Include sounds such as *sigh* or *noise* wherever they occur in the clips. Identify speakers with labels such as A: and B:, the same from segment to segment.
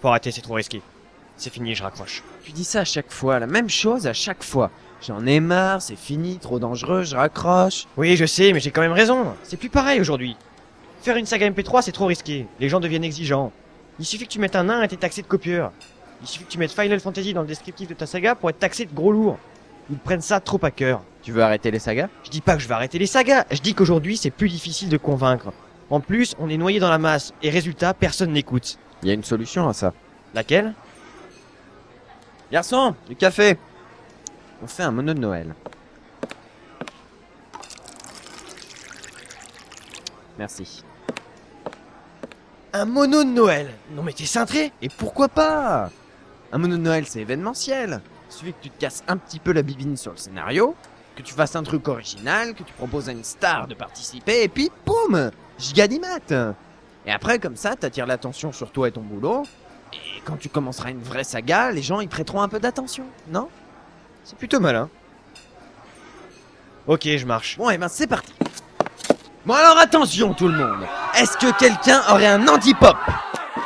A: Faut arrêter, c'est trop risqué. C'est fini, je raccroche.
B: Tu dis ça à chaque fois, la même chose à chaque fois. J'en ai marre, c'est fini, trop dangereux, je raccroche.
A: Oui, je sais, mais j'ai quand même raison. C'est plus pareil aujourd'hui. Faire une saga MP3, c'est trop risqué. Les gens deviennent exigeants. Il suffit que tu mettes un nain et t'es taxé de copieur. Il suffit que tu mettes Final Fantasy dans le descriptif de ta saga pour être taxé de gros lourd. Ils prennent ça trop à cœur.
B: Tu veux arrêter les sagas
A: Je dis pas que je vais arrêter les sagas, je dis qu'aujourd'hui c'est plus difficile de convaincre. En plus, on est noyé dans la masse, et résultat, personne n'écoute.
B: Il y a une solution à ça.
A: Laquelle
B: Garçon, du café On fait un mono de Noël. Merci.
A: Un mono de Noël Non mais t'es cintré
B: Et pourquoi pas Un mono de Noël, c'est événementiel. Il suffit que tu te casses un petit peu la bibine sur le scénario, que tu fasses un truc original, que tu proposes à une star de participer, et puis boum Gigalimate Et après, comme ça, t'attires l'attention sur toi et ton boulot, et quand tu commenceras une vraie saga, les gens y prêteront un peu d'attention, non
A: C'est plutôt malin. Ok, je marche.
B: Bon, et ben c'est parti Bon alors attention tout le monde Est-ce que quelqu'un aurait un anti-pop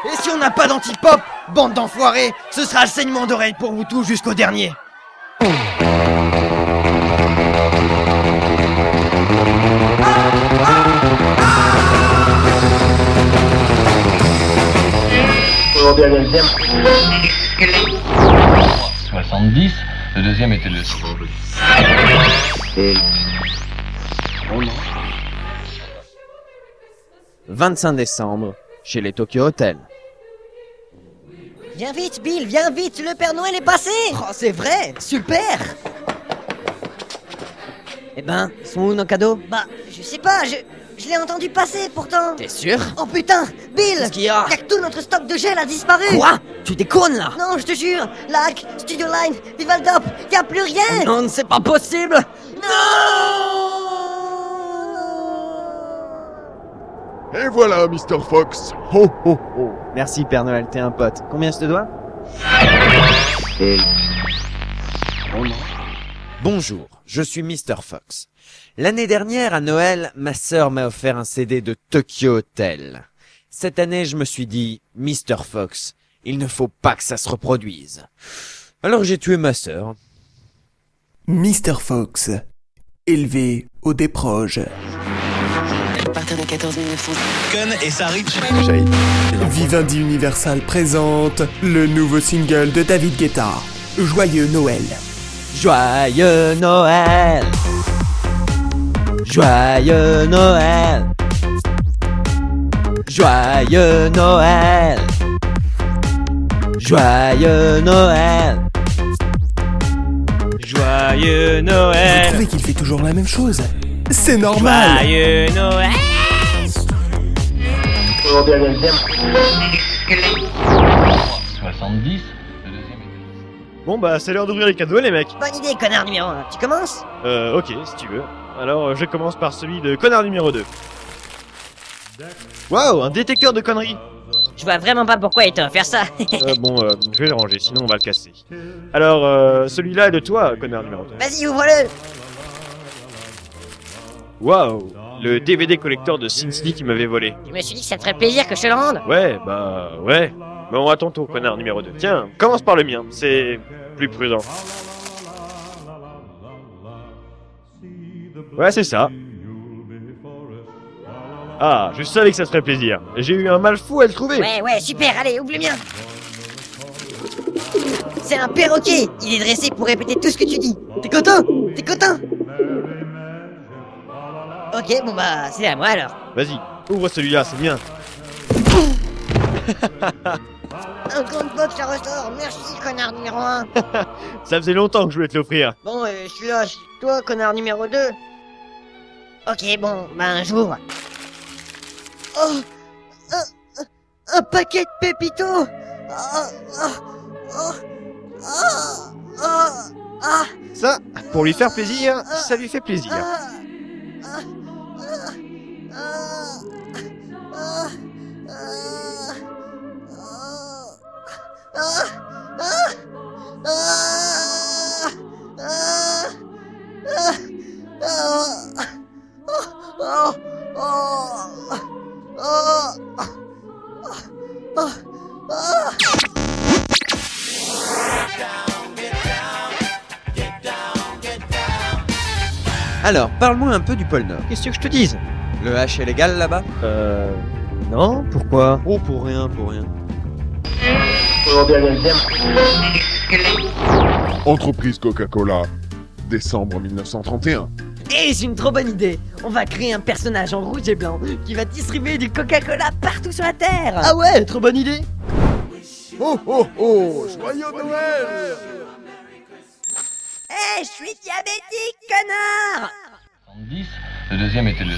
A: Et si on n'a pas d'antipop, bande d'enfoirés, ce sera le saignement d'oreille pour vous tous jusqu'au dernier
C: Aujourd'hui à la deuxième.
D: 70, le deuxième était le
C: Et
B: 25 décembre, chez les Tokyo Hotel.
E: Viens vite, Bill, viens vite, le Père Noël est passé Oh, c'est vrai Super Eh ben, ils sont où nos cadeaux Bah, je sais pas, je, je l'ai entendu passer pourtant
B: T'es sûr
E: Oh putain Bill
B: Qu'est-ce qu'il y a
E: Y'a que tout notre stock de gel a disparu
B: Quoi Tu déconnes là
E: Non, je te jure Lac, Studio Line, Vivaldop, y'a plus rien
B: Non, c'est pas possible Ah
F: Et voilà, Mr. Fox. Ho ho ho.
B: Merci Père Noël, t'es un pote. Combien je te dois
C: et
B: Bonjour, je suis Mr. Fox. L'année dernière, à Noël, ma sœur m'a offert un CD de Tokyo Hotel. Cette année, je me suis dit, Mr. Fox, il ne faut pas que ça se reproduise. Alors j'ai tué ma sœur.
G: Mr. Fox, élevé au déproge,
H: À partir de 14 900.
G: Vivendi Universal présente le nouveau single de David Guetta, Joyeux Noël.
B: Joyeux Noël Joyeux Noël Joyeux Noël Joyeux Noël
A: Joyeux
B: Eh.
G: Vous
A: Noël
G: trouvez qu'il fait toujours la même chose C'est normal
A: Joyeux Noël
C: aujourd'hui à la deuxième.
D: 70, le deuxième était le
A: Bon bah c'est l'heure d'ouvrir les cadeaux les mecs
E: Bonne idée, connard numéro 1 Tu commences
A: Euh ok si tu veux. Alors euh, je commence par celui de connard numéro 2. Waouh, un détecteur de conneries
E: Je vois vraiment pas pourquoi il t'a offert ça
A: Euh, Bon, euh, je vais le ranger, sinon on va le casser. Alors, euh, celui-là est de toi, connard numéro 2.
E: *laughs* Vas-y, ouvre-le
A: Waouh, le DVD collector de Sin City qui m'avait volé.
E: Je me suis dit que ça te ferait plaisir que je te le rende
A: Ouais, bah ouais. Bon, à ton tour, connard numéro 2. Tiens, commence par le mien, c'est plus prudent. Ouais, c'est ça. Ah, je savais que ça te ferait plaisir. J'ai eu un mal fou à le trouver.
E: Ouais, ouais, super, allez, oublie le mien C'est un perroquet Il est dressé pour répéter tout ce que tu dis T'es content T'es content Ok, bon bah, c'est à moi alors
A: Vas-y, ouvre celui-là, c'est bien.
E: Un grand pot, je la restaure Merci, connard numéro 1
A: Ça faisait longtemps que je voulais te l'offrir.
E: Bon, euh, je suis là, je suis toi, connard numéro 2 Ok, bon, ben, j'ouvre Oh un, un- un paquet de pépitos Ah, ah, ah, ah, ah, ah.
A: Ça, pour lui faire plaisir, ça lui fait plaisir.
B: Alors, parle-moi un peu du pôle Nord.
A: Qu'est-ce que je te dise
B: Le H est légal là-bas
A: Euh. Non, pourquoi
B: Oh, pour rien, pour rien.
F: Entreprise Coca-Cola, décembre 1931.
E: Eh, c'est une trop bonne idée On va créer un personnage en rouge et blanc qui va distribuer du Coca-Cola partout sur la Terre Ah ouais, trop bonne idée
F: Oh oh oh Joyeux Noël
E: Eh, je suis diabétique, connard
D: 70, le deuxième était le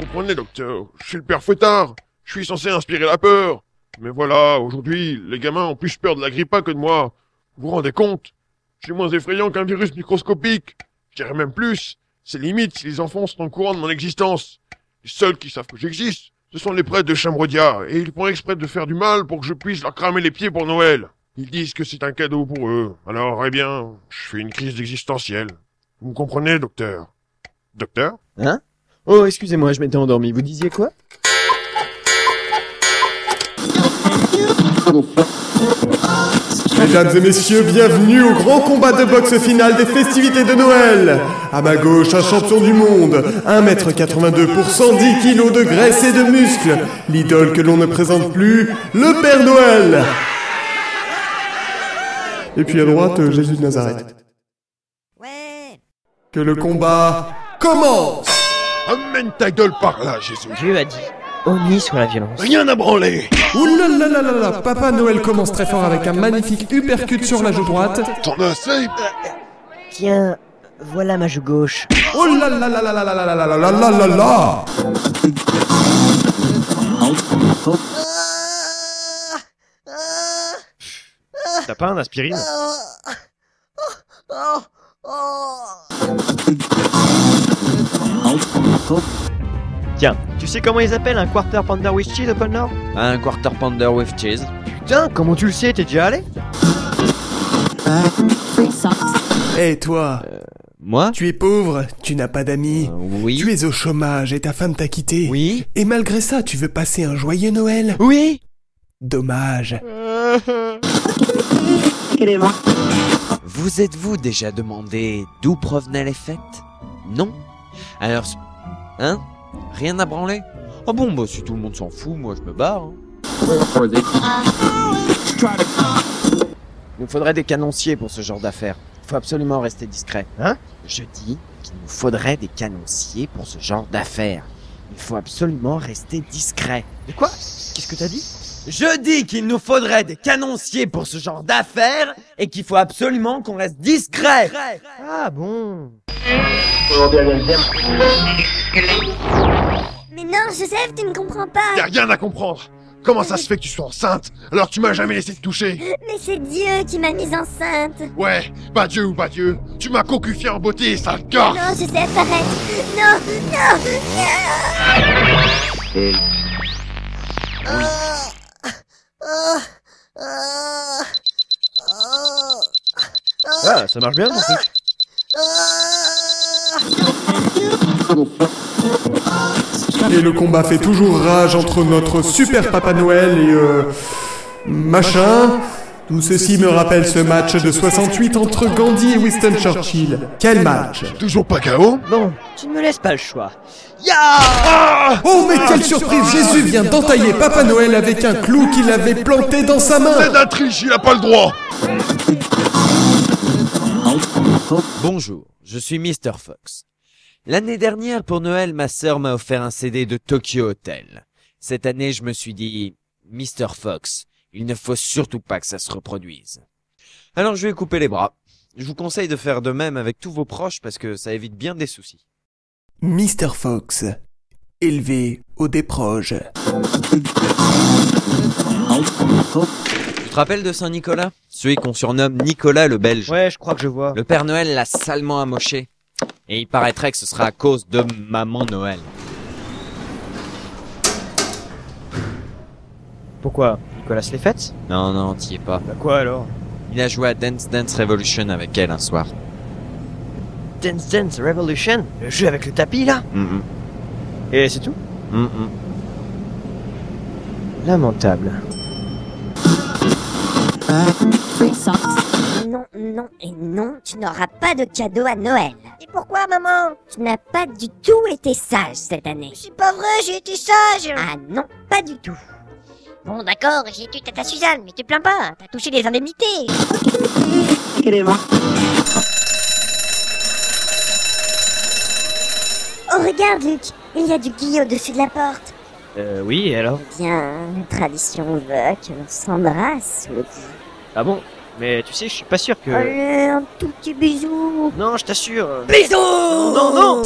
F: Comprenez, docteur, je suis le père fouettard. Je suis censé inspirer la peur. Mais voilà, aujourd'hui, les gamins ont plus peur de la grippa que de moi. Vous vous rendez compte Je suis moins effrayant qu'un virus microscopique. Je dirais même plus. C'est limite si les enfants sont au courant de mon existence. Les seuls qui savent que j'existe, ce sont les prêtres de Chamrodia, et ils font exprès de faire du mal pour que je puisse leur cramer les pieds pour Noël. Ils disent que c'est un cadeau pour eux. Alors, eh bien, je fais une crise existentielle. Vous me comprenez, docteur Docteur
B: Oh, excusez-moi, je m'étais endormi. Vous disiez quoi
G: Mesdames et messieurs, bienvenue au grand combat de boxe final des festivités de Noël. À ma gauche, un champion du monde, 1m82 pour 110 kilos de graisse et de muscles, l'idole que l'on ne présente plus, le Père Noël. Et puis à droite, euh, Jésus de Nazareth.
E: Ouais
G: Que le combat commence
F: Amène ta gueule par là, Jésus
A: Dieu a dit. Oni sur la violence.
F: Rien à branler
G: Ouh là là là là là, Papa Noël commence très fort avec un magnifique uppercut sur la joue droite.
F: T'en as assez
I: Euh.
E: Tiens, voilà ma joue gauche.
G: Oh là là là là là là là là là là là là là
E: Ah Ah
A: T'as pas un aspirine
E: Ah Oh Oh
A: Tiens, tu sais comment ils appellent un quarter pounder with cheese au pôle Nord
B: Un quarter pounder with cheese.
A: Putain, comment tu le sais T'es déjà allé
G: Eh toi,
B: Moi
G: tu es pauvre, tu n'as pas d'amis,
B: Euh, Oui.
G: tu es au chômage et ta femme t'a quitté.
B: Oui.
G: Et malgré ça, tu veux passer un joyeux Noël
B: Oui
G: Dommage.
B: Vous êtes-vous déjà demandé d'où provenaient les fêtes Non Alors, c'est- hein Rien à branler Ah bon, bah si tout le monde s'en fout, moi je me barre. hein. Il nous faudrait des canonciers pour ce genre d'affaires. Faut absolument rester discret.
A: Hein
B: Je dis qu'il nous faudrait des canonciers pour ce genre d'affaires. Il faut absolument rester discret.
A: De quoi Qu'est-ce que t'as dit
B: Je dis qu'il nous faudrait des canonciers pour ce genre d'affaires et qu'il faut absolument qu'on reste discret.
A: Ah bon
J: Mais non, Joseph, tu ne comprends pas.
F: Y'a rien à comprendre Comment ça se fait que tu sois enceinte alors que tu m'as jamais laissé te toucher
J: Mais c'est Dieu qui m'a mise enceinte.
F: Ouais, pas Dieu ou pas Dieu, tu m'as cocufié en beauté, sale corps
J: Non, Joseph, arrête. Non, non.
E: Ah Ah Ah Ah
A: Ah, ça marche bien ton truc.
E: Ah
G: Et le combat fait toujours rage entre notre super Papa Noël et euh, machin. Tout ceci me rappelle ce match de 68 entre Gandhi et Winston Churchill. Quel match
F: Toujours pas KO
A: Bon, tu ne me laisses pas le choix.
F: Ah,
G: Oh mais quelle surprise Jésus vient d'entailler Papa Noël avec un clou qu'il avait planté dans sa main
F: Prédatrice, il a pas le droit
B: Bonjour, je suis Mr. Fox. L'année dernière, pour Noël, ma sœur m'a offert un CD de Tokyo Hotel. Cette année, je me suis dit, Mr. Fox, il ne faut surtout pas que ça se reproduise. Alors je vais couper les bras. Je vous conseille de faire de même avec tous vos proches parce que ça évite bien des soucis.
G: Mr. Fox, élevé au déproge.
B: Tu te rappelles de Saint-Nicolas Celui qu'on surnomme Nicolas le Belge.
A: Ouais, je crois que je vois.
B: Le Père Noël l'a salement amoché. Et il paraîtrait que ce sera à cause de Maman Noël.
A: Pourquoi Nicolas les fêtes
B: Non, non, t'y es pas.
A: Bah quoi alors
B: Il a joué à Dance Dance Revolution avec elle un soir.
A: Dance Dance Revolution Le jeu avec le tapis là
B: Mm,
A: Et c'est tout Hum,
B: mm, mm, mm.
A: lamentable.
J: Non, non et non, tu n'auras pas de cadeau à Noël.
E: Et pourquoi, maman
J: Tu n'as pas du tout été sage cette année.
E: C'est pas vrai, j'ai été sage
J: Ah non, pas du tout.
E: Bon, d'accord, j'ai tué Tata Suzanne, mais te plains pas, t'as touché les indemnités
J: Oh regarde Luc, il y a du gui au-dessus de la porte.
A: Euh, oui, et alors
J: Eh Bien, la tradition veut que l'on s'embrasse sous le gui.
A: Ah bon Mais tu sais, je suis pas sûr que...
J: Allez, un tout petit bisou.
A: Non, je t'assure. euh,
E: Bisous
A: Non, non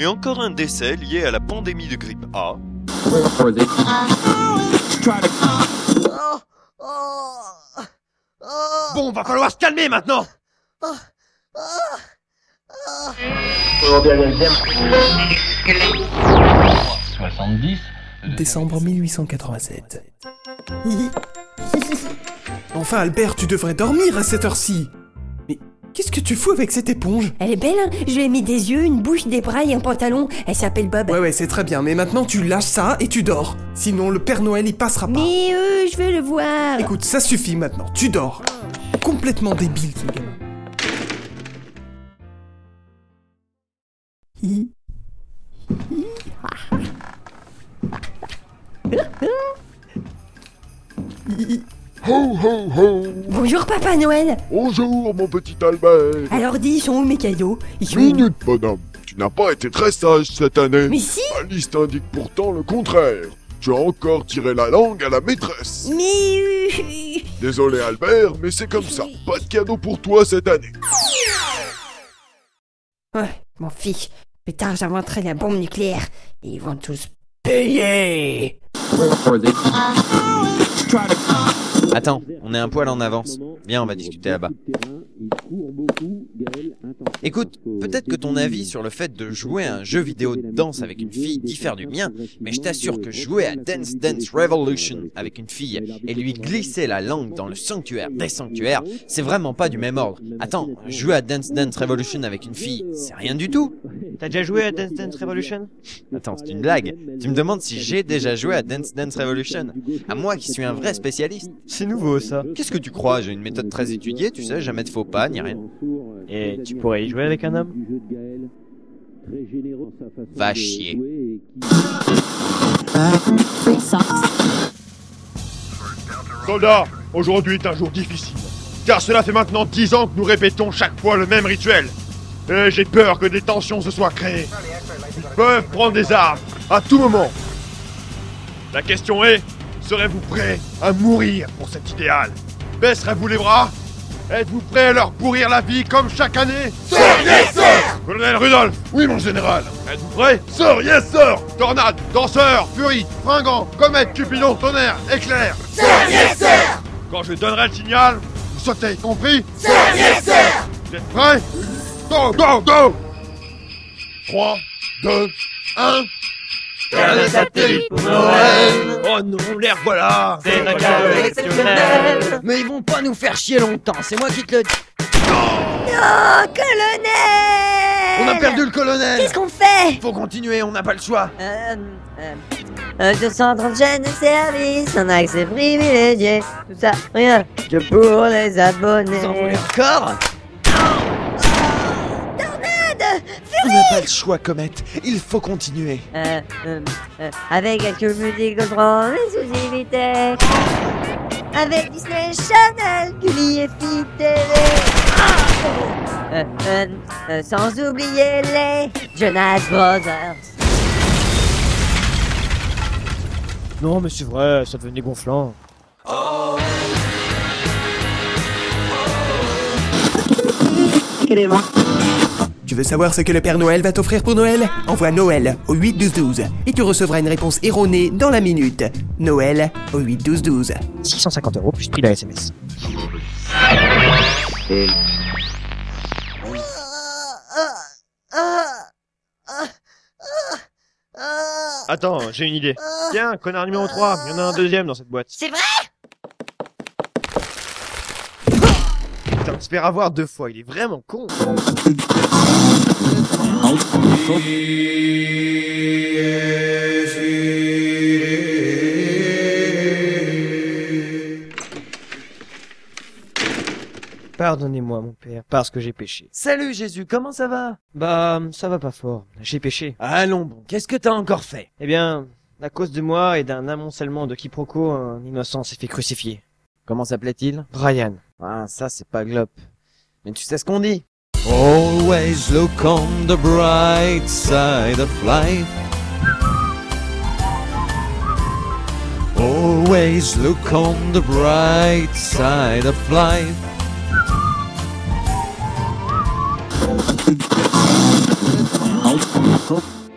K: Et encore un décès lié à la pandémie de grippe A.
E: Oh Oh Oh
B: Bon, va falloir se calmer maintenant
E: Oh Oh
L: Robert Belzem.
D: 70. le
G: Décembre 1887. Hihi. *laughs* Enfin, Albert, tu devrais dormir à cette heure-ci. Mais qu'est-ce que tu fous avec cette éponge
J: Elle est belle, hein je lui ai mis des yeux, une bouche, des bras et un pantalon. Elle s'appelle Bob.
G: Ouais, ouais, c'est très bien, mais maintenant tu lâches ça et tu dors. Sinon, le Père Noël y passera pas.
J: Mais euh, je veux le voir.
G: Écoute, ça suffit maintenant, tu dors. Complètement débile, ce gamin. Hihi. Hihi.
I: Ho, ho, ho
J: Bonjour Papa Noël.
I: Bonjour, mon petit Albert
J: Alors dis, ils sont où mes cadeaux Ils sont où
I: Minute, bonhomme Tu n'as pas été très sage cette année
J: Mais si
I: La liste indique pourtant le contraire tu as encore tiré la langue à la maîtresse.
J: Mais euh,
I: Désolé Albert, mais c'est comme ça. Pas de cadeau pour toi cette année.
J: Ouais, m'en fiche. Plus tard, j'inventerai la bombe nucléaire. Et ils vont tous payer
B: Attends, on est un poil en avance. Viens, on va discuter là-bas. Écoute, peut-être que ton avis sur le fait de jouer à un jeu vidéo de danse avec une fille diffère du mien, mais je t'assure que jouer à Dance Dance Revolution avec une fille et lui glisser la langue dans le sanctuaire des sanctuaires, c'est vraiment pas du même ordre. Attends, jouer à Dance Dance Revolution avec une fille, c'est rien du tout.
A: *laughs* T'as déjà joué à Dance Dance Revolution
B: Attends, c'est une blague. Tu me demandes si j'ai déjà joué à Dance Dance Revolution. À moi qui suis un vrai spécialiste.
A: C'est nouveau ça.
B: Qu'est-ce que tu crois J'ai une méthode très étudiée, tu sais, jamais de faux pas, ni rien.
A: Et tu pourrais y jouer avec un homme
B: Va chier.
I: Soldats, aujourd'hui est un jour difficile. Car cela fait maintenant dix ans que nous répétons chaque fois le même rituel. Et j'ai peur que des tensions se soient créées. Ils peuvent prendre des armes, à tout moment. La question est, serez-vous prêts à mourir pour cet idéal Baisserez-vous les bras Êtes-vous prêts à leur pourrir la vie comme chaque année Sors, yes, sir Colonel Rudolph Oui, mon général Êtes-vous prêts Sors, yes, sir Tornade, danseur, furie, fringant, comète, cupidon, tonnerre, éclair quand je donnerai le signal, vous sautez, compris Sir, Vous êtes prêts Go, go, go 3, 2, 1...
A: Un satellite pour Noël Oh non, l'air voilà C'est un cadeau exceptionnel
B: Mais ils vont pas nous faire chier longtemps, c'est moi qui te le dis.
J: Oh, colonel
B: On a perdu le colonel
J: Qu'est-ce qu'on fait
B: Faut continuer, on n'a pas le choix.
E: Euh, euh, euh, 230 chaînes de service, un accès privilégié, tout ça, rien que pour les abonnés.
B: Encore On n'a pas le choix, Comète. Il faut continuer.
E: Euh, euh, euh, avec quelques musiques de grande exclusivité. Avec Disney Channel, Gulli et Fit TV. Euh, euh, euh, sans oublier les Jonas Brothers.
A: Non mais c'est vrai, ça devenait gonflant.
G: Tu veux savoir ce que le Père Noël va t'offrir pour Noël Envoie Noël au 8 12 12 et tu recevras une réponse erronée dans la minute. Noël au 8 12 12.
A: 650 euros plus prix de la SMS. Attends, j'ai une idée. Tiens, connard numéro 3, il y en a un deuxième dans cette boîte.
E: C'est vrai
A: Putain, se faire avoir deux fois, il est vraiment con.
M: If it is.
A: Pardonnez-moi, mon père, parce que j'ai péché.
B: Salut Jésus, comment ça va
A: Bah, ça va pas fort. J'ai péché.
B: Allons bon, qu'est-ce que t'as encore fait
A: Eh bien, à cause de moi et d'un amoncellement de quiproquos, un innocent s'est fait crucifier.
B: Comment s'appelait-il
A: Brian.
B: Ah, ça c'est pas glop. Mais tu sais ce qu'on dit
N: Always look on the bright side of life. Always look on the bright side of life.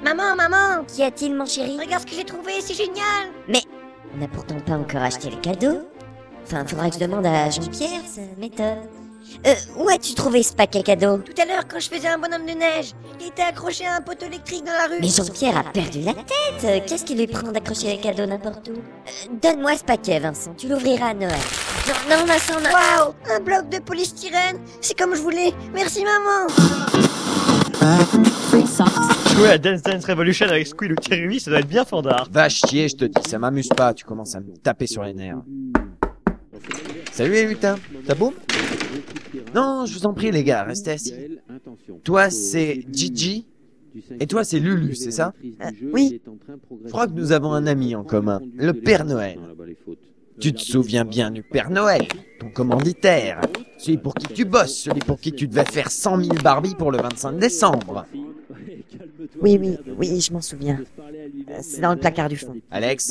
E: Maman, maman
J: Qu'y a-t-il, mon chéri
E: Regarde ce que j'ai trouvé, c'est génial
J: Mais on n'a pourtant pas encore acheté le cadeau. Enfin, faudra que je demande à Jean-Pierre, ça m'étonne. Euh, où as-tu trouvé ce paquet cadeau
E: Tout à l'heure, quand je faisais un bonhomme de neige, il était accroché à un poteau électrique dans la rue.
J: Mais Jean-Pierre a perdu la tête Euh, Qu'est-ce qui lui prend d'accrocher les cadeaux n'importe où Euh, Donne-moi ce paquet, Vincent, tu l'ouvriras à Noël. Non, non, Vincent, non
E: Waouh Un bloc de polystyrène C'est comme je voulais Merci, maman
A: Jouer à Dance Dance Revolution avec Squee le Terry, ça doit être bien fandard.
B: Va chier, je te dis, ça m'amuse pas, tu commences à me taper sur les nerfs. Salut les lutins, t'as beau Non, je vous en prie les gars, restez assis. Toi c'est Gigi et toi c'est Lulu, c'est ça
E: Euh, Oui
B: Je crois que nous avons un ami en commun, le Père Noël. Tu te souviens bien du Père Noël, ton commanditaire, celui pour qui tu bosses, celui pour qui tu devais faire 100 000 Barbie pour le 25 décembre.
O: Oui, oui, oui, je m'en souviens. Euh, C'est dans le placard du fond.
B: Alex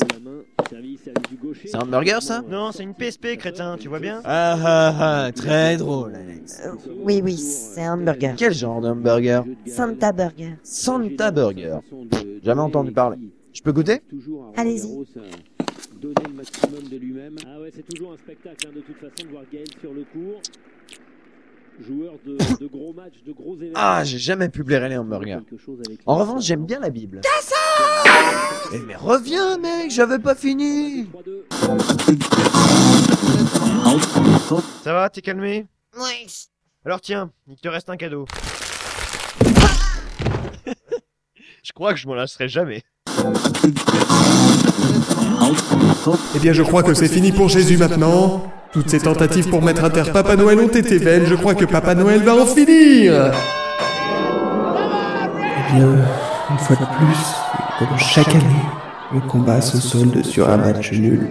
B: C'est un hamburger ça
A: Non, c'est une PSP, crétin, tu vois bien
B: Ah ah ah, très drôle Alex.
O: Euh, oui, oui, c'est un hamburger.
B: Quel genre d'hamburger
O: Santa Burger.
B: Santa Burger. Pff, Jamais entendu parler. Je peux goûter
O: Allez-y.
G: hein. Ah hein,
B: Ah, j'ai jamais pu blairer les hamburgers. En revanche, j'aime bien la Bible. Eh, mais reviens, mec, j'avais pas fini
A: Ça va, t'es calmé
O: Oui.
A: Alors tiens, il te reste un *laughs* cadeau. je crois que je m'en lasserai jamais.
K: Eh bien, je crois que c'est fini pour Jésus maintenant. Toutes ces tentatives pour mettre à terre Papa Noël ont été vaines. Je crois que Papa Noël va en finir.
G: Eh bien, une fois de plus, comme chaque année, le combat se solde sur un match nul.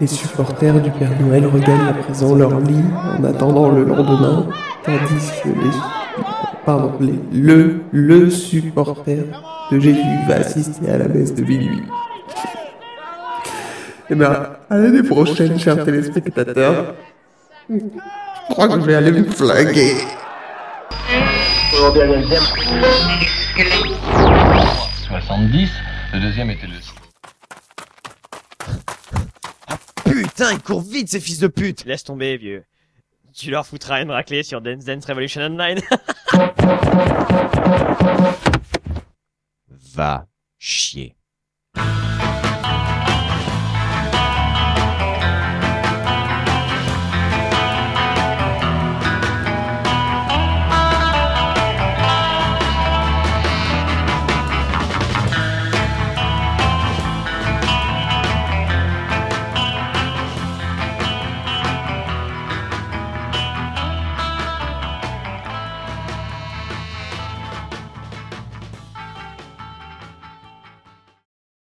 G: Les supporters du Père Noël regagnent à présent leur lit en attendant le lendemain, tandis que les, pardon, les- le, le supporter de Jésus va assister à la messe de minuit. Eh bien, à l'année prochaine, chers téléspectateurs. Je crois que je vais aller me flinguer.
D: Robert Belzem.
C: 70, le deuxième était le
B: Putain, ils courent vite, ces fils de pute
A: Laisse tomber, vieux. Tu leur foutras une raclée sur Dance Dance Revolution Online.
B: Va chier.